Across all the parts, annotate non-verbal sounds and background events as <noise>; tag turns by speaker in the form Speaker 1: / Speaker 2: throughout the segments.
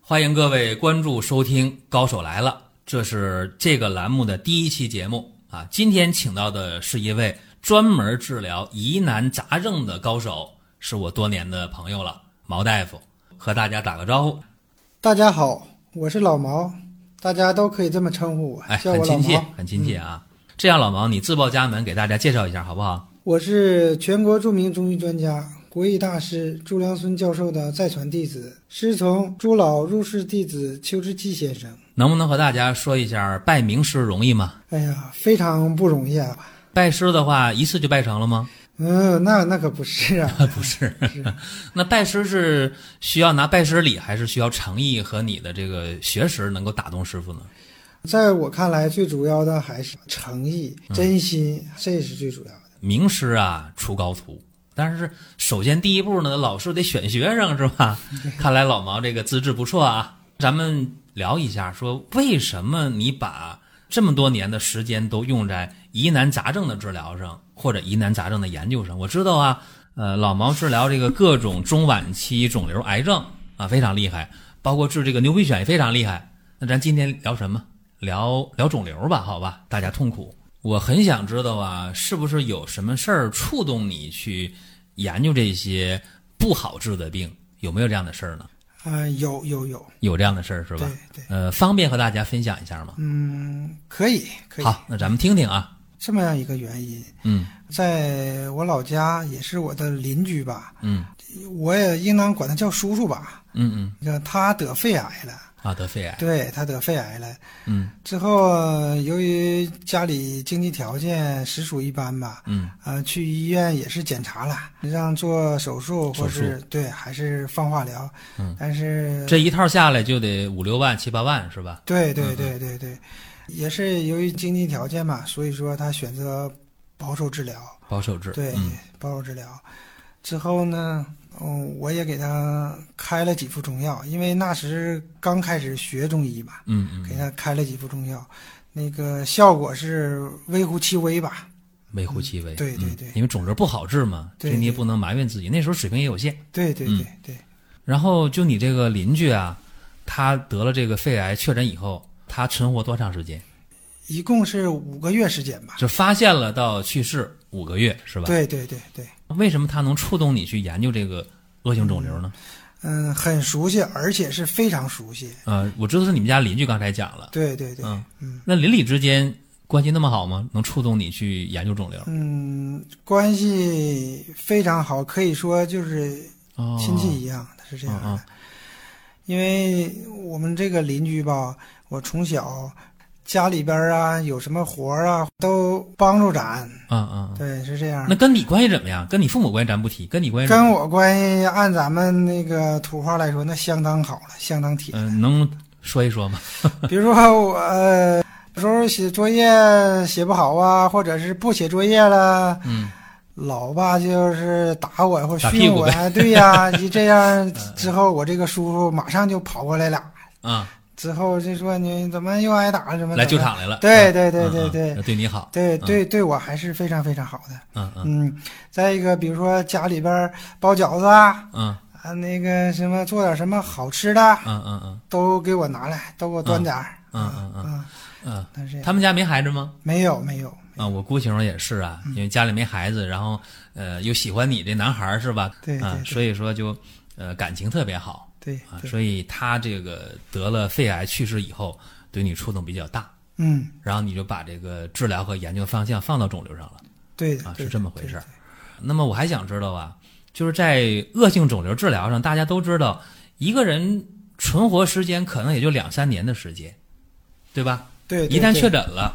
Speaker 1: 欢迎各位关注收听《高手来了》，这是这个栏目的第一期节目啊。今天请到的是一位专门治疗疑难杂症的高手，是我多年的朋友了，毛大夫，和大家打个招呼。
Speaker 2: 大家好，我是老毛，大家都可以这么称呼我，
Speaker 1: 哎，
Speaker 2: 啊叫我
Speaker 1: 很
Speaker 2: 老
Speaker 1: 亲切
Speaker 2: 毛。，
Speaker 1: 很亲切啊。这样，老毛，你自报家门，给大家介绍一下好不好？
Speaker 2: 我是全国著名中医专家、国医大师朱良孙教授的再传弟子，师从朱老入室弟子丘之基先生。
Speaker 1: 能不能和大家说一下拜名师容易吗？
Speaker 2: 哎呀，非常不容易啊！
Speaker 1: 拜师的话，一次就拜成了吗？
Speaker 2: 嗯，那那可不是
Speaker 1: <laughs>
Speaker 2: 啊，
Speaker 1: 不是，那拜师是需要拿拜师礼，还是需要诚意和你的这个学识能够打动师傅呢？
Speaker 2: 在我看来，最主要的还是诚意、
Speaker 1: 嗯
Speaker 2: 真心，这是最主要的。
Speaker 1: 名师啊，出高徒，但是首先第一步呢，老师得选学生是吧？看来老毛这个资质不错啊。咱们聊一下，说为什么你把这么多年的时间都用在疑难杂症的治疗上，或者疑难杂症的研究上？我知道啊，呃，老毛治疗这个各种中晚期肿瘤、癌症啊，非常厉害，包括治这个牛皮癣也非常厉害。那咱今天聊什么？聊聊肿瘤吧，好吧，大家痛苦。我很想知道啊，是不是有什么事儿触动你去研究这些不好治的病？有没有这样的事儿呢？
Speaker 2: 啊、有有有，
Speaker 1: 有这样的事儿是
Speaker 2: 对
Speaker 1: 吧？
Speaker 2: 对，
Speaker 1: 呃，方便和大家分享一下吗？
Speaker 2: 嗯，可以可以。
Speaker 1: 好，那咱们听听啊。
Speaker 2: 这么样一个原因，
Speaker 1: 嗯
Speaker 2: 在我老家也是我的邻居吧，
Speaker 1: 嗯
Speaker 2: 我也应当管他叫叔叔吧。
Speaker 1: 嗯嗯，
Speaker 2: 你看他得肺癌了，
Speaker 1: 啊，得肺癌。
Speaker 2: 对他得肺癌了。
Speaker 1: 嗯
Speaker 2: 之后呃由于家里经济条件实属一般吧，
Speaker 1: 嗯
Speaker 2: 呃，去医院也是检查了，让做手术或是对还是放化疗，
Speaker 1: 嗯
Speaker 2: 但是
Speaker 1: 这一套下来就得五六万、七八万是吧？
Speaker 2: 对对
Speaker 1: 嗯
Speaker 2: 对对对，也是由于经济条件嘛，所以说他选择保守治疗。
Speaker 1: 保守治。
Speaker 2: 对
Speaker 1: 嗯，
Speaker 2: 保守治疗。之后呢，嗯，我也给他开了几副中药，因为那时刚开始学中医嘛，
Speaker 1: 嗯嗯，
Speaker 2: 给他开了几副中药，那个效果是微乎其微吧。
Speaker 1: 微乎其微。
Speaker 2: 对对
Speaker 1: 嗯
Speaker 2: 对
Speaker 1: 因为肿瘤不好治嘛，所
Speaker 2: 对
Speaker 1: 以你也
Speaker 2: 对
Speaker 1: 不能埋怨自己，那时候水平也有限。
Speaker 2: 对对
Speaker 1: 嗯
Speaker 2: 对对，
Speaker 1: 然后就你这个邻居啊，他得了这个肺癌确诊以后，他存活多长时间？
Speaker 2: 一共是五个月时间吧。
Speaker 1: 就发现了到去世五个月是吧？。
Speaker 2: 对对对对，
Speaker 1: 为什么他能触动你去研究这个恶性肿瘤呢？
Speaker 2: 嗯，很熟悉，而且是非常熟悉。
Speaker 1: 呃，我知道是你们家邻居刚才讲了，
Speaker 2: 对对对，
Speaker 1: 嗯
Speaker 2: 嗯
Speaker 1: 那邻里之间关系那么好吗？能触动你去研究肿瘤？
Speaker 2: 嗯，关系非常好，可以说就是
Speaker 1: 哦，
Speaker 2: 亲戚一样的，是这样的。
Speaker 1: 嗯嗯
Speaker 2: 因为我们这个邻居吧，我从小家里边啊有什么活儿啊都帮助咱，
Speaker 1: 嗯嗯。嗯
Speaker 2: 对，是这样
Speaker 1: 那。跟你关系怎么样？跟你父母关系咱不提，跟你关系怎么
Speaker 2: 跟
Speaker 1: 样
Speaker 2: 我关系按咱们那个土话来说，那相当好了，相
Speaker 1: <laughs>
Speaker 2: 当铁。
Speaker 1: 嗯、能说一说吗？
Speaker 2: 比如说我、呃、有时候写作业写不好啊，或者是不写作业了，
Speaker 1: 嗯，
Speaker 2: 老爸就是打我或
Speaker 1: 打屁
Speaker 2: 训
Speaker 1: 股
Speaker 2: 我呀，
Speaker 1: <laughs>
Speaker 2: 对呀，一这样之后，我这个叔叔马上就跑过来了。
Speaker 1: 啊、
Speaker 2: 之后就说你怎么又挨打了？怎么
Speaker 1: 来救
Speaker 2: 怎么
Speaker 1: 场来了。
Speaker 2: 对
Speaker 1: 嗯
Speaker 2: 对对
Speaker 1: 嗯
Speaker 2: 对
Speaker 1: 嗯
Speaker 2: 对
Speaker 1: 嗯对你好。
Speaker 2: 对对对我还是非常非常好的。
Speaker 1: 嗯嗯
Speaker 2: 嗯，再一个，比如说家里边儿包饺子啊，
Speaker 1: 嗯
Speaker 2: 啊那个什么做点什么好吃的，
Speaker 1: 嗯嗯嗯
Speaker 2: 都给我拿来，都给我端点儿。
Speaker 1: 嗯嗯嗯
Speaker 2: 啊，
Speaker 1: 嗯。
Speaker 2: 但是
Speaker 1: 他们家没孩子吗？
Speaker 2: 没有没有，
Speaker 1: 啊，我姑情况也是啊，因为家里没孩子，然后呃又喜欢你这男孩儿是吧？
Speaker 2: 对
Speaker 1: 啊
Speaker 2: 对，
Speaker 1: 所以说就呃感情特别好
Speaker 2: 对
Speaker 1: 啊，
Speaker 2: 对，
Speaker 1: 所以他这个得了肺癌去世以后，对你触动比较大，
Speaker 2: 嗯，
Speaker 1: 然后你就把这个治疗和研究方向放到肿瘤上了
Speaker 2: 对的
Speaker 1: 啊，是
Speaker 2: 对的
Speaker 1: 这么回事
Speaker 2: 对
Speaker 1: 儿。那么我还想知道啊，就是在恶性肿瘤治疗上，大家都知道，一个人存活时间可能也就两三年的时间，对吧？
Speaker 2: 对，对
Speaker 1: 一旦
Speaker 2: 对
Speaker 1: 确诊了，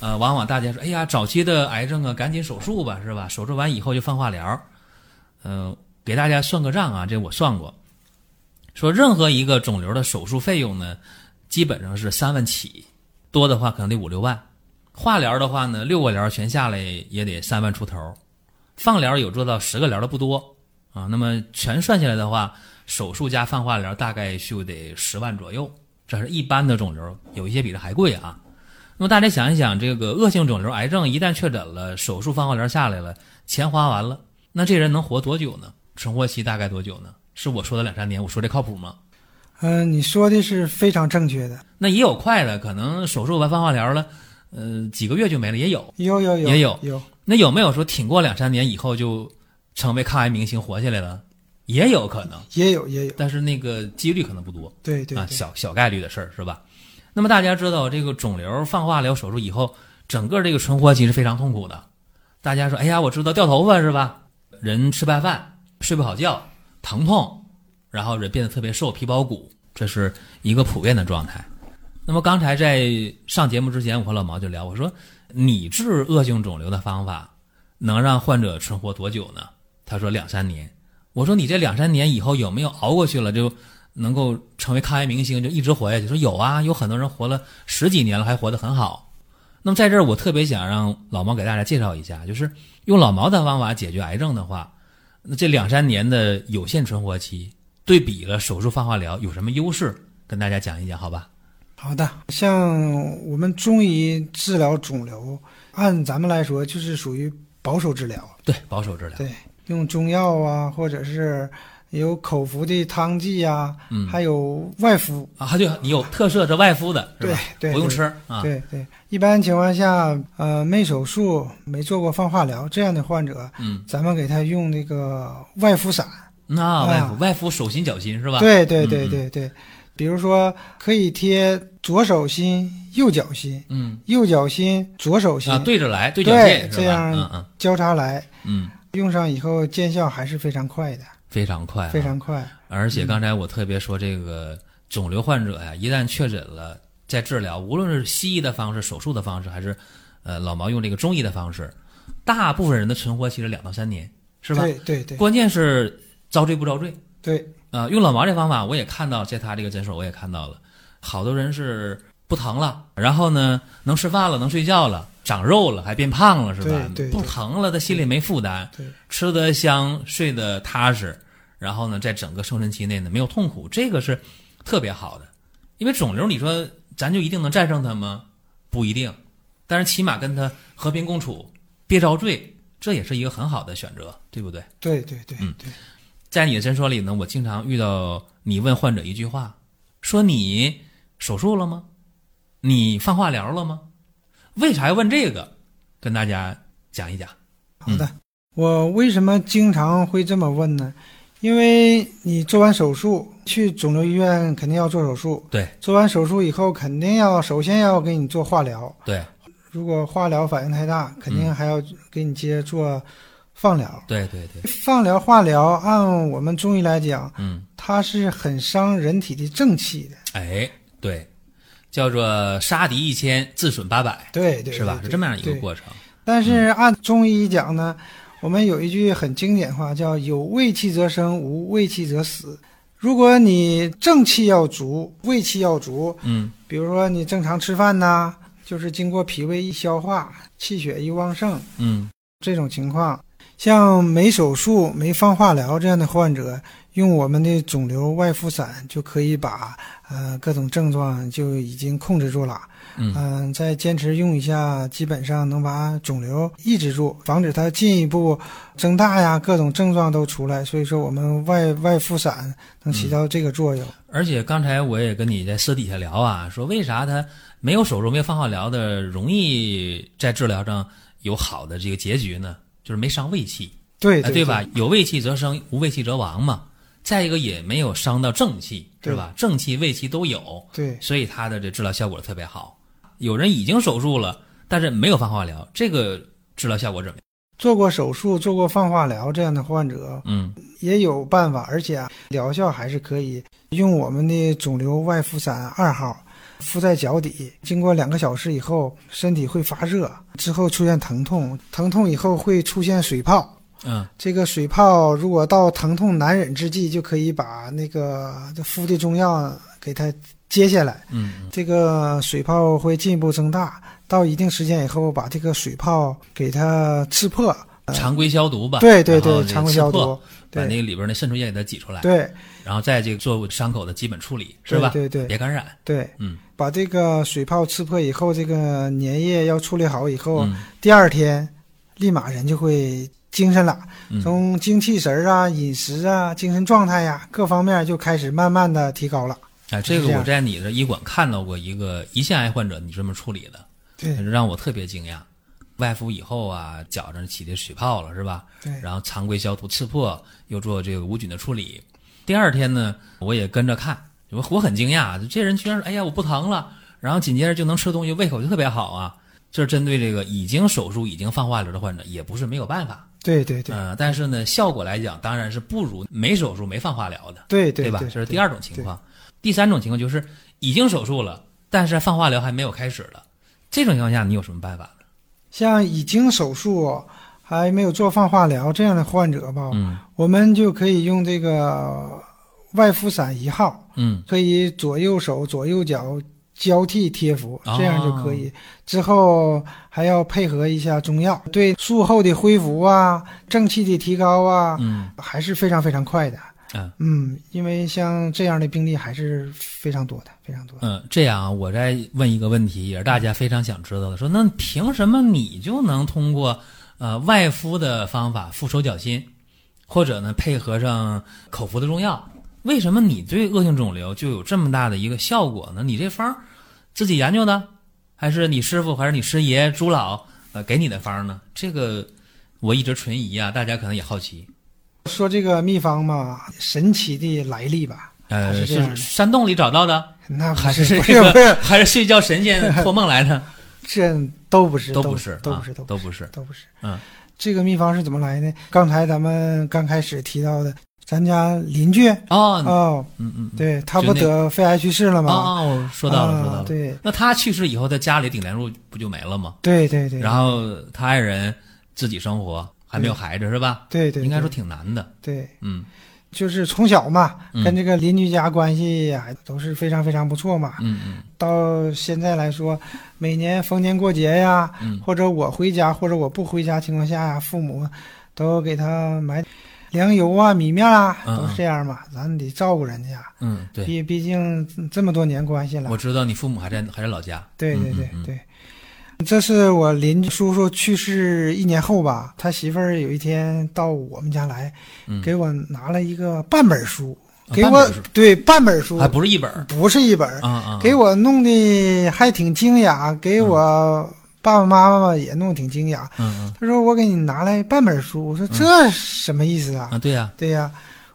Speaker 1: 呃，往往大家说，哎呀，早期的癌症啊，赶紧手术吧，是吧？手术完以后就放化疗。嗯、给大家算个账啊，这我算过，说任何一个肿瘤的手术费用呢，基本上是三万起，多的话可能得五六万。化疗的话呢，六个疗全下来也得三万出头，放疗有做到十个疗的不多啊。那么全算下来的话，手术加放化疗大概就得十万左右，这是一般的肿瘤，有一些比这还贵啊。那么大家想一想，这个恶性肿瘤、癌症一旦确诊了，手术放化疗下来了，钱花完了，那这人能活多久呢？存活期大概多久呢？是我说的两三年，我说这靠谱吗？
Speaker 2: 嗯、你说的是非常正确的，
Speaker 1: 那也有快的，可能手术完放化疗了，呃，几个月就没了，也有。
Speaker 2: 有有有
Speaker 1: 也有
Speaker 2: 有，
Speaker 1: 那有没有说挺过两三年以后就成为抗癌明星活下来了？也有可能，
Speaker 2: 也有也有，
Speaker 1: 但是那个几率可能不多
Speaker 2: 对对
Speaker 1: 啊，
Speaker 2: 对，
Speaker 1: 小小概率的事儿是吧？那么大家知道，这个肿瘤放化疗手术以后，整个这个存活期是非常痛苦的。大家说，哎呀，我知道掉头发是吧？人吃不下饭，睡不好觉，疼痛，然后人变得特别瘦，皮包骨，这是一个普遍的状态。那么刚才在上节目之前，我和老毛就聊，我说你治恶性肿瘤的方法能让患者存活多久呢？他说两三年。我说你这两三年以后有没有熬过去了就能够成为抗癌明星，就一直活下去？说有啊，有很多人活了十几年了还活得很好。那么在这儿，我特别想让老毛给大家介绍一下，就是用老毛的方法解决癌症的话，那这两三年的有限存活期对比了手术放化疗有什么优势，跟大家讲一讲，好吧？
Speaker 2: 好的，像我们中医治疗肿瘤，按咱们来说就是属于保守治疗，
Speaker 1: 对，保守治疗，
Speaker 2: 对，用中药啊，或者是有口服的汤剂啊，
Speaker 1: 嗯
Speaker 2: 还有外敷，
Speaker 1: 啊，对，你有特摄这外敷的，是
Speaker 2: 对
Speaker 1: 吧？
Speaker 2: 对，
Speaker 1: 不用
Speaker 2: 对
Speaker 1: 吃啊，
Speaker 2: 对对，一般情况下，呃，没手术、没做过放化疗这样的患者，
Speaker 1: 嗯，
Speaker 2: 咱们给他用那个外敷散。
Speaker 1: 那外敷
Speaker 2: 啊
Speaker 1: 外敷手心脚心是吧？
Speaker 2: 对对
Speaker 1: 嗯
Speaker 2: 对
Speaker 1: 嗯
Speaker 2: 对对，比如说可以贴左手心、右脚心、
Speaker 1: 嗯
Speaker 2: 右脚心、左手心、
Speaker 1: 啊，对着来，对角
Speaker 2: 对
Speaker 1: 线
Speaker 2: 这
Speaker 1: 是吧？
Speaker 2: 样
Speaker 1: 嗯嗯
Speaker 2: 交叉来，
Speaker 1: 嗯，
Speaker 2: 用上以后见效还是非常快的，
Speaker 1: 非常快、啊，
Speaker 2: 非常快。
Speaker 1: 而且刚才我特别说，这个肿瘤患者呀、一旦确诊了，在治疗，无论是西医的方式、手术的方式，还是呃老毛用这个中医的方式，大部分人的存活期是两到三年，是吧？
Speaker 2: 对对对
Speaker 1: 关键是遭罪不遭罪
Speaker 2: 对，
Speaker 1: 啊、用老毛这方法，我也看到，在他这个诊所我也看到了，好多人是不疼了，然后呢能吃饭了，能睡觉了，长肉了，还变胖了，是吧？
Speaker 2: 对对对
Speaker 1: 不疼了，他心里没负担，
Speaker 2: 对
Speaker 1: 吃得香，睡得踏实，然后呢，在整个生存期内呢，没有痛苦，这个是特别好的。因为肿瘤，你说咱就一定能战胜它吗？不一定，但是起码跟它和平共处，别遭罪，这也是一个很好的选择，对不对？
Speaker 2: 对对对
Speaker 1: 嗯
Speaker 2: 对，
Speaker 1: 在你的诊所里呢，我经常遇到你问患者一句话，说你手术了吗？你放化疗了吗？为啥要问这个？跟大家讲一讲。嗯
Speaker 2: 好的。我为什么经常会这么问呢？因为你做完手术去肿瘤医院肯定要做手术，
Speaker 1: 对，
Speaker 2: 做完手术以后肯定要首先要给你做化疗，
Speaker 1: 对
Speaker 2: 如果化疗反应太大，肯定还要给你接做放疗。
Speaker 1: 对对对，
Speaker 2: 放疗、化疗，按我们中医来讲，
Speaker 1: 嗯。
Speaker 2: 它是很伤人体的正气的。
Speaker 1: 哎，对，叫做杀敌一千，自损八百，
Speaker 2: 对对，
Speaker 1: 是吧？
Speaker 2: 对
Speaker 1: 是这么样一个
Speaker 2: 对
Speaker 1: 过程。
Speaker 2: 但是按中医讲呢，我们有一句很经典话，叫“有胃气则生，无胃气则死”。如果你正气要足，胃气要足，
Speaker 1: 嗯
Speaker 2: 比如说你正常吃饭呐，就是经过脾胃一消化，气血一旺盛，
Speaker 1: 嗯，
Speaker 2: 这种情况，像没手术、没放化疗这样的患者，用我们的肿瘤外敷散就可以把呃各种症状就已经控制住了。
Speaker 1: 嗯
Speaker 2: 再呃坚持用一下，基本上能把肿瘤抑制住，防止它进一步增大呀，各种症状都出来。所以说，我们外外敷散能起到这个作用。
Speaker 1: 而且刚才我也跟你在私底下聊啊，说为啥他没有手术、没有放化疗的，容易在治疗上有好的这个结局呢？就是没伤胃气，
Speaker 2: 对
Speaker 1: 哎
Speaker 2: 对
Speaker 1: 吧？？有胃气则生，无胃气则亡嘛。再一个也没有伤到正气，是
Speaker 2: 对
Speaker 1: 吧？正气、胃气都有，
Speaker 2: 对
Speaker 1: 所以他的这治疗效果特别好。有人已经手术了，但是没有放化疗，这个治疗效果怎么样？
Speaker 2: 做过手术、做过放化疗这样的患者，
Speaker 1: 嗯，
Speaker 2: 也有办法，而且啊疗效还是可以。用我们的肿瘤外敷散二号敷在脚底，经过两个小时以后，身体会发热，之后出现疼痛，疼痛以后会出现水泡。
Speaker 1: 嗯
Speaker 2: 这个水泡如果到疼痛难忍之际，就可以把那个敷的中药给它揭下来。
Speaker 1: 嗯
Speaker 2: 这个水泡会进一步增大，到一定时间以后，把这个水泡给它刺破。
Speaker 1: 嗯，常规消 <laughs> 毒吧。
Speaker 2: 呃对对
Speaker 1: 然后
Speaker 2: 对，
Speaker 1: 这
Speaker 2: 常规消
Speaker 1: 刺破
Speaker 2: 毒，
Speaker 1: 把那
Speaker 2: 对
Speaker 1: 个里边的渗出液给它挤出来，
Speaker 2: 对。
Speaker 1: 然后再这个做伤口的基本处理，是吧？
Speaker 2: 对对对
Speaker 1: 别感染。
Speaker 2: 对，
Speaker 1: 嗯，
Speaker 2: 把这个水泡刺破以哦后，这个粘液要处理好以后，
Speaker 1: 嗯
Speaker 2: 第二天立马人就会精神了，
Speaker 1: 嗯
Speaker 2: 从精气神儿啊、饮食啊、精神状态呀、各方面就开始慢慢的提高了。
Speaker 1: 哎，这
Speaker 2: 是这
Speaker 1: 个
Speaker 2: 样
Speaker 1: 我在你的医馆看到过一个胰腺癌患者，你这么处理的，
Speaker 2: 对
Speaker 1: 让我特别惊讶。外敷以后啊，脚上起的水泡了是吧？
Speaker 2: 对，
Speaker 1: 然后常规消毒刺破，又做这个无菌的处理。第二天呢，我也跟着看，我我很惊讶，这人居然说：“哎呀，我不疼了。”然后紧接着就能吃东西，胃口就特别好啊。这是针对这个已经手术、已经放化疗的患者，也不是没有办法。
Speaker 2: 对对对
Speaker 1: 嗯、但是呢，效果来讲，当然是不如没手术、没放化疗的。
Speaker 2: 对
Speaker 1: 吧？
Speaker 2: 对，
Speaker 1: 这是
Speaker 2: 对
Speaker 1: 第二种情况。第三种情况就是已经手术了，但是放化疗还没有开始了，这种情况下你有什么办法呢？
Speaker 2: 像已经手术还没有做放化疗这样的患者吧，
Speaker 1: 嗯
Speaker 2: 我们就可以用这个外敷散一号，
Speaker 1: 嗯
Speaker 2: 可以左右手、左右脚交替贴敷，
Speaker 1: 哦
Speaker 2: 这样就可以。之后还要配合一下中药，对术后的恢复啊、正气的提高啊，
Speaker 1: 嗯
Speaker 2: 还是非常非常快的。
Speaker 1: 嗯
Speaker 2: 嗯，因为像这样的病例还是非常多的，非常多的。
Speaker 1: 嗯，这样啊，我再问一个问题，也是大家非常想知道的，说那凭什么你就能通过呃外敷的方法复手脚心，或者呢配合上口服的中药，为什么你对恶性肿瘤就有这么大的一个效果呢？你这方儿自己研究的，还是你师傅，还是你师爷、朱老呃给你的方儿呢？这个我一直存疑啊，大家可能也好奇。
Speaker 2: 说这个秘方嘛，神奇的来历吧，还
Speaker 1: 呃，
Speaker 2: 是这样
Speaker 1: 是
Speaker 2: 的
Speaker 1: 山洞里找到的，
Speaker 2: 那不
Speaker 1: 还
Speaker 2: 是
Speaker 1: 是
Speaker 2: 不
Speaker 1: 这
Speaker 2: 是
Speaker 1: 个
Speaker 2: 不是，
Speaker 1: 还是睡觉神仙托梦来
Speaker 2: <laughs>
Speaker 1: 的？
Speaker 2: 这都不是，
Speaker 1: 都
Speaker 2: 不
Speaker 1: 不是，
Speaker 2: 都
Speaker 1: 啊
Speaker 2: 不是，都
Speaker 1: 都
Speaker 2: 不
Speaker 1: 不
Speaker 2: 是
Speaker 1: 是，
Speaker 2: 都不是。
Speaker 1: 嗯，
Speaker 2: 这个秘方是怎么来的？刚才咱们刚开始提到的，咱家邻居
Speaker 1: 哦，
Speaker 2: 哦，
Speaker 1: 嗯嗯，嗯
Speaker 2: 对他
Speaker 1: 就
Speaker 2: 不
Speaker 1: 那
Speaker 2: 得肺癌去世了
Speaker 1: 哦
Speaker 2: 吗？
Speaker 1: 哦，我说到了，
Speaker 2: 啊
Speaker 1: 说到了。
Speaker 2: 对
Speaker 1: 那他去世以后，他家里顶梁柱不就没了吗？
Speaker 2: 对对对，
Speaker 1: 然后他爱人自己生活，还没有孩子是吧？
Speaker 2: 对对，
Speaker 1: 应该
Speaker 2: 对
Speaker 1: 说挺难的。
Speaker 2: 对，
Speaker 1: 嗯
Speaker 2: 就是从小嘛，
Speaker 1: 嗯
Speaker 2: 跟这个邻居家关系还都是非常非常不错嘛。
Speaker 1: 嗯嗯
Speaker 2: 到现在来说，每年逢年过节呀，
Speaker 1: 嗯
Speaker 2: 或者我回家，或者我不回家情况下呀，父母都给他买粮油啊、米面啊，
Speaker 1: 嗯嗯
Speaker 2: 都是这样嘛。咱得照顾人家，
Speaker 1: 嗯，对，
Speaker 2: 毕毕竟这么多年关系了
Speaker 1: 我。知道你父母还在还在老家。
Speaker 2: 对对对
Speaker 1: 嗯嗯
Speaker 2: 对，这是我邻居叔叔去世一年后吧，他媳妇儿有一天到我们家来，
Speaker 1: 嗯
Speaker 2: 给我拿了一个半本书，
Speaker 1: 啊
Speaker 2: 给
Speaker 1: 半
Speaker 2: 我、
Speaker 1: 本书
Speaker 2: 对半本书
Speaker 1: 还，不是一本儿
Speaker 2: 不是一本儿，
Speaker 1: 啊啊，
Speaker 2: 给
Speaker 1: 我
Speaker 2: 我弄的还挺惊讶，给我爸爸妈妈也弄得挺惊讶。
Speaker 1: 嗯嗯
Speaker 2: 他说：“我给你拿来半本书。”我说：“这什么意思啊
Speaker 1: 啊，对呀？”，
Speaker 2: 对呀、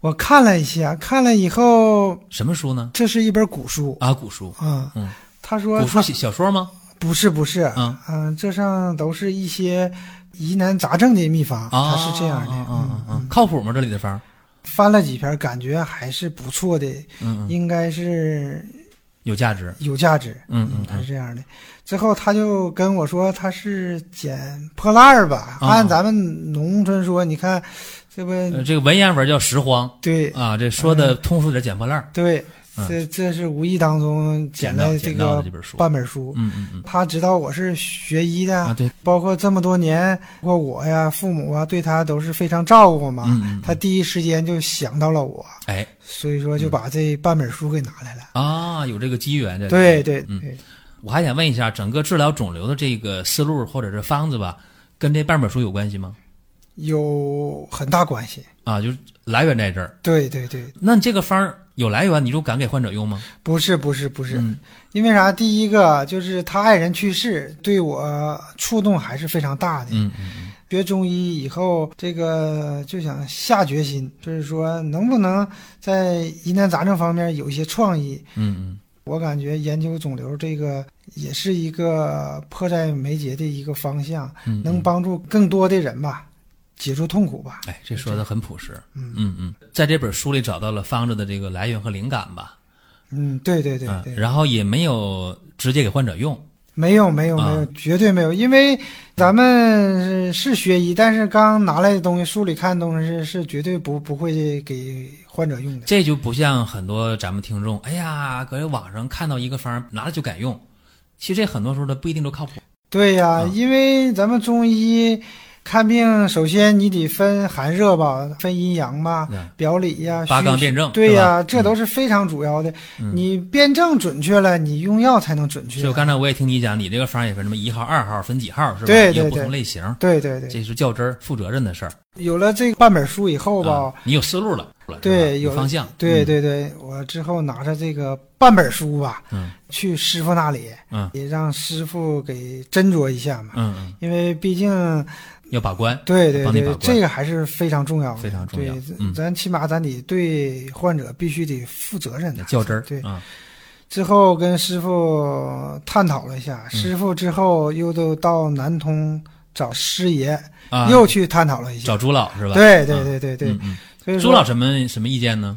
Speaker 2: 我看了一下，看了以后，
Speaker 1: 什么书呢？
Speaker 2: 这是一本古书
Speaker 1: 啊，古书，
Speaker 2: 啊。
Speaker 1: 嗯，
Speaker 2: 他说
Speaker 1: 古书
Speaker 2: 他
Speaker 1: 小小说吗？
Speaker 2: 不是不是，
Speaker 1: 嗯
Speaker 2: 嗯，这上都是一些疑难杂症的秘方，
Speaker 1: 啊，
Speaker 2: 他是这样的。
Speaker 1: 啊啊
Speaker 2: 嗯
Speaker 1: 啊，啊靠谱吗？这里的方儿，
Speaker 2: 翻了几篇，感觉还是不错的，
Speaker 1: 嗯嗯，
Speaker 2: 应该是
Speaker 1: 有价值。
Speaker 2: 有价值。
Speaker 1: 嗯嗯
Speaker 2: 他
Speaker 1: 嗯
Speaker 2: 是这样的。之后他就跟我说他是捡破烂儿吧，
Speaker 1: 啊
Speaker 2: 按咱们农村说，你看这不、
Speaker 1: 呃，这个文言文叫拾荒。
Speaker 2: 对
Speaker 1: 啊，这说的
Speaker 2: 嗯
Speaker 1: 通俗点，捡破烂儿，
Speaker 2: 对，
Speaker 1: 嗯
Speaker 2: 这这是无意当中捡
Speaker 1: 到
Speaker 2: 了
Speaker 1: 捡到
Speaker 2: 个
Speaker 1: 的这本书。
Speaker 2: 半本书。
Speaker 1: 嗯嗯嗯，
Speaker 2: 他知道我是学医的，
Speaker 1: 啊对，
Speaker 2: 包括这么多年，包括我呀、父母啊，对他都是非常照顾嘛。
Speaker 1: 嗯嗯，
Speaker 2: 他第一时间就想到了我，
Speaker 1: 哎
Speaker 2: 所以说就把这半本书给拿来了。
Speaker 1: 啊，有这个机缘在。
Speaker 2: 对，对
Speaker 1: 嗯
Speaker 2: 对，
Speaker 1: 我还想问一下，整个治疗肿瘤的这个思路或者是方子吧，跟这半本书有关系吗？
Speaker 2: 有很大关系。
Speaker 1: 啊，就是来源在这儿。
Speaker 2: 对对对，
Speaker 1: 那你这个方儿有来源，你就敢给患者用吗？
Speaker 2: 不是不是不是，
Speaker 1: 嗯
Speaker 2: 因为啥？第一个就是他爱人去世，对我触动还是非常大的。
Speaker 1: 嗯嗯
Speaker 2: 学中医以后，这个就想下决心，就是说能不能在疑难杂症方面有一些创意。
Speaker 1: 嗯
Speaker 2: 我感觉研究肿瘤这个也是一个迫在眉睫的一个方向，
Speaker 1: 嗯嗯，
Speaker 2: 能帮助更多的人吧，解除痛苦吧。
Speaker 1: 哎，这说的很朴实。
Speaker 2: 嗯
Speaker 1: 嗯嗯，在这本书里找到了方子的这个来源和灵感吧。
Speaker 2: 嗯，对对对
Speaker 1: 嗯
Speaker 2: 对，
Speaker 1: 然后也没有直接给患者用。
Speaker 2: 没有没有没
Speaker 1: 啊
Speaker 2: 有，绝对没有，因为咱们是是学医，但是刚拿来的东西，书里看的东西是是绝对不不会给患者用的。
Speaker 1: 这就不像很多咱们听众，哎呀，搁这网上看到一个方儿，拿了就敢用。其实这很多时候它不一定都靠谱。
Speaker 2: 对呀、
Speaker 1: 啊
Speaker 2: 因为咱们中医看病首先你得分寒热吧，分阴阳吧，
Speaker 1: 嗯
Speaker 2: 表里呀、
Speaker 1: 八
Speaker 2: 虚
Speaker 1: 纲辩证
Speaker 2: 对
Speaker 1: 是
Speaker 2: 呀、
Speaker 1: 吧嗯
Speaker 2: 这都是非常主要的。你辩证准确了，你用药才能准确
Speaker 1: 就。刚才我也听你讲，你这个方也分什么一号、二号，分几号是吧？
Speaker 2: 对对
Speaker 1: 有不
Speaker 2: 对
Speaker 1: 同类型，
Speaker 2: 对对对，
Speaker 1: 这是较真儿、负责任的事儿。
Speaker 2: 有了这半本书以后吧，
Speaker 1: 啊，你有思路了，是吧
Speaker 2: 对
Speaker 1: 有
Speaker 2: 有
Speaker 1: 方向，嗯，
Speaker 2: 对对对，我之后拿着这个半本书吧，
Speaker 1: 嗯
Speaker 2: 去师傅那里，
Speaker 1: 嗯
Speaker 2: 也让师傅给斟酌一下嘛，
Speaker 1: 嗯嗯，
Speaker 2: 因为毕竟
Speaker 1: 要把关，
Speaker 2: 对对
Speaker 1: 帮你把
Speaker 2: 对
Speaker 1: 关，
Speaker 2: 这个还是非常重要的，
Speaker 1: 非常重要
Speaker 2: 对，
Speaker 1: 嗯
Speaker 2: 咱起码咱得对患者必须得负责任的。
Speaker 1: 较真儿，
Speaker 2: 对
Speaker 1: 啊，
Speaker 2: 之后跟师傅探讨了
Speaker 1: 嗯
Speaker 2: 一下，师傅之后又都到南通找师爷，
Speaker 1: 啊，
Speaker 2: 又去探讨了一下。
Speaker 1: 找朱老是吧？
Speaker 2: 对对对对对，
Speaker 1: 嗯，嗯
Speaker 2: 所以
Speaker 1: 朱
Speaker 2: 说
Speaker 1: 老什么什么意见呢？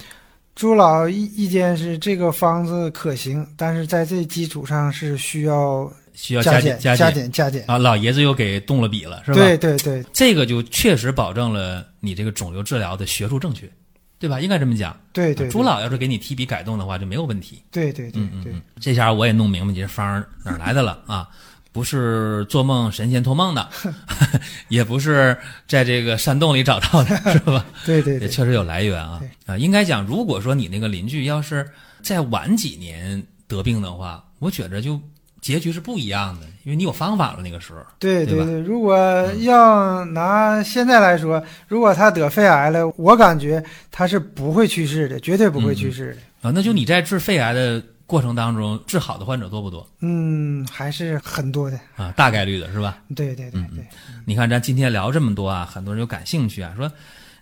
Speaker 2: 朱老意意见是这个方子可行，但是在这基础上是需要
Speaker 1: 需要
Speaker 2: 加
Speaker 1: 减
Speaker 2: 加
Speaker 1: 加
Speaker 2: 减加减。
Speaker 1: 啊！老爷子又给动了笔了，是吧？
Speaker 2: 对对对
Speaker 1: 这个就确实保证了你这个肿瘤治疗的学术正确，对吧？应该这么讲。
Speaker 2: 对对，
Speaker 1: 朱老要是给你提笔改动的话，就没有问题。
Speaker 2: 对对对对
Speaker 1: 嗯，这下我也弄明白你这方儿哪儿来的了啊！不是做梦神仙托梦
Speaker 2: <laughs>
Speaker 1: 的， <laughs> 也不是在这个山洞里找到的，是吧？
Speaker 2: <laughs> 对对
Speaker 1: 也
Speaker 2: 对，
Speaker 1: 确实有来源啊啊！应该讲，如果说你那个邻居要是再晚几年得病的话，我觉着就结局是不一样的，因为你有方法了那个时候。
Speaker 2: 对
Speaker 1: 对吧
Speaker 2: 对，如果要拿现在来说，如果他得肺癌了，我感觉他是不会去世的，绝对不会去世的。
Speaker 1: 啊，那就你在治肺癌的过程当中，治好的患者多不多
Speaker 2: 嗯，还是很多的。
Speaker 1: 啊？大概率的是吧？
Speaker 2: 对对对
Speaker 1: 嗯
Speaker 2: 对，
Speaker 1: 你看咱今天聊这么多啊，很多人就感兴趣啊，说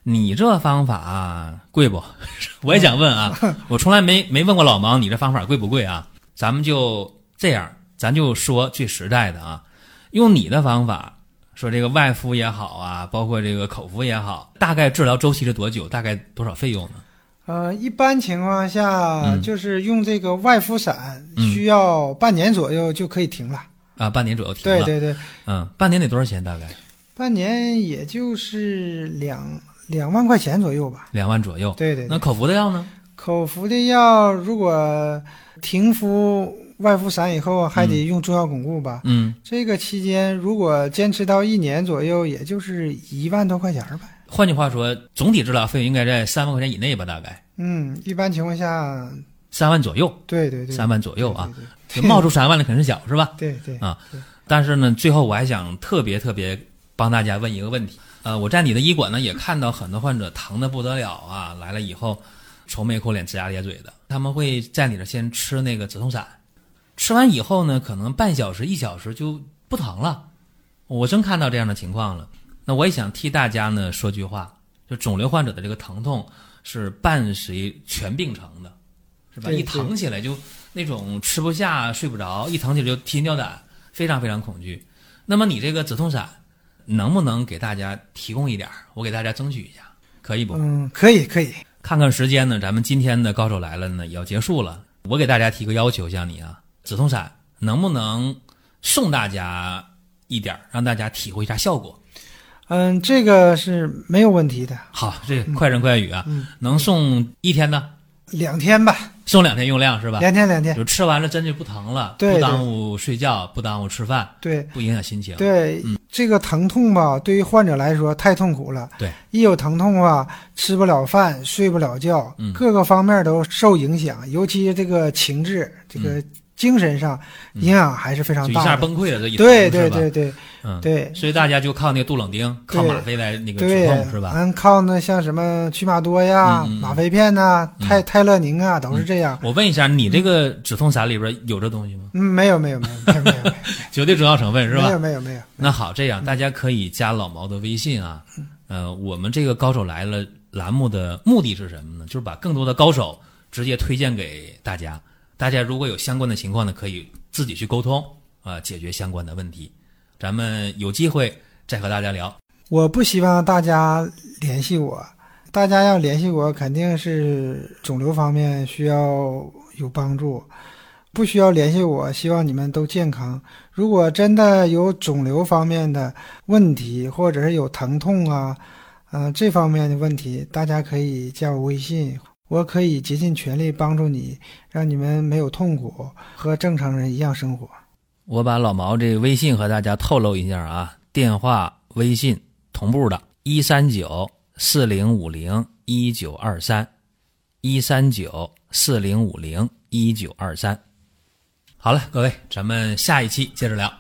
Speaker 1: 你这方法、啊贵不？ <laughs> 我也想问
Speaker 2: <laughs>
Speaker 1: 啊，我从来没没问过老毛你这方法贵不贵啊？咱们就这样，咱就说最实在的啊，用你的方法。说这个外敷也好啊，包括这个口服也好，大概治疗周期是多久？大概多少费用呢？
Speaker 2: 呃，一般情况下
Speaker 1: 嗯
Speaker 2: 就是用这个外敷散，
Speaker 1: 嗯
Speaker 2: 需要半年左右就可以停了。
Speaker 1: 啊，半年左右停了。
Speaker 2: 对对对，
Speaker 1: 嗯，半年得多少钱？大概
Speaker 2: 半年也就是两两万块钱左右吧。
Speaker 1: 两万左右。
Speaker 2: 对对
Speaker 1: 那
Speaker 2: 对，
Speaker 1: 口服的药呢？
Speaker 2: 口服的药如果停服外敷散以后，还得用中药巩固吧。
Speaker 1: 嗯，
Speaker 2: 这个期间如果坚持到一年左右，也就是一万多块钱儿吧。
Speaker 1: 换句话说，总体治疗费用应该在三万块钱以内吧，大概
Speaker 2: 嗯，一般情况下，
Speaker 1: 三万左右，
Speaker 2: 对对对，
Speaker 1: 三万左右啊，
Speaker 2: 对，
Speaker 1: 就冒出三万的肯定是小，是吧？
Speaker 2: 对对对
Speaker 1: 啊但是呢，最后我还想特别特别帮大家问一个问题，呃，我在你的医馆呢也看到很多患者疼的不得了啊，来了以后愁眉苦脸、龇牙咧嘴的，他们会在你这先吃那个止痛散，吃完以后呢，可能半小时、一小时就不疼了，我真看到这样的情况了。那我也想替大家呢说句话，就肿瘤患者的这个疼痛是伴随全病程的，是吧？
Speaker 2: 对
Speaker 1: 一疼起来就那种吃不下、睡不着，一疼起来就提心吊胆，非常非常恐惧。那么你这个止痛散能不能给大家提供一点儿？我给大家争取一下，可以不？
Speaker 2: 嗯，可以可以，
Speaker 1: 看看时间呢，咱们今天的高手来了呢也要结束了。我给大家提个要求，像你啊，止痛散能不能送大家一点儿，让大家体会一下效果？
Speaker 2: 嗯，这个是没有问题的，
Speaker 1: 好，这快人快语啊，
Speaker 2: 嗯
Speaker 1: 能送一天呢，
Speaker 2: 两天吧，
Speaker 1: 送两天用量是吧？
Speaker 2: 两天两天，
Speaker 1: 就吃完了真就不疼了，
Speaker 2: 对
Speaker 1: 不耽误睡觉，不耽误吃饭，
Speaker 2: 对
Speaker 1: 不影响心情。
Speaker 2: 对，这个疼痛吧，对于患者来说太痛苦了，
Speaker 1: 对，
Speaker 2: 一有疼痛啊，吃不了饭，睡不了觉，
Speaker 1: 嗯
Speaker 2: 各个方面都受影响，尤其这个情志，这个精神上
Speaker 1: 嗯
Speaker 2: 影响还是非常
Speaker 1: 就一
Speaker 2: 大
Speaker 1: 下
Speaker 2: 的。
Speaker 1: 崩溃了，这一疼
Speaker 2: 对
Speaker 1: 是
Speaker 2: 对
Speaker 1: 吧
Speaker 2: 对对
Speaker 1: 嗯，
Speaker 2: 对，
Speaker 1: 所以大家就靠那个杜冷丁、靠
Speaker 2: 对
Speaker 1: 吗啡来那个止
Speaker 2: 对，啊
Speaker 1: 痛是吧？
Speaker 2: 咱靠那像什么曲马多呀、
Speaker 1: 嗯嗯嗯
Speaker 2: 吗啡片呐、
Speaker 1: 嗯
Speaker 2: 泰泰勒宁啊，都是这样。
Speaker 1: 我问一下，你这个止痛散里边有这东西吗？
Speaker 2: 嗯，没有没有没有没有没有
Speaker 1: 绝对中药成分 <laughs> 是
Speaker 2: 没
Speaker 1: 吧
Speaker 2: 有？没有没有，
Speaker 1: 那好，这样大家可以加老毛的微信啊。
Speaker 2: 嗯
Speaker 1: 呃，我们这个高手来了栏目的目的是什么呢？就是把更多的高手直接推荐给大家。大家如果有相关的情况呢，可以自己去沟通啊、解决相关的问题。咱们有机会再和大家聊。
Speaker 2: 我不希望大家联系我，大家要联系我，肯定是肿瘤方面需要有帮助。不需要联系我，希望你们都健康。如果真的有肿瘤方面的问题，或者是有疼痛啊，嗯、这方面的问题，大家可以加我微信，我可以竭尽全力帮助你，让你们没有痛苦，和正常人一样生活。
Speaker 1: 我把老毛这微信和大家透露一下啊，电话、微信同步的，一三九四零五零一九二三，一三九四零五零一九二三。好了，各位，咱们下一期接着聊。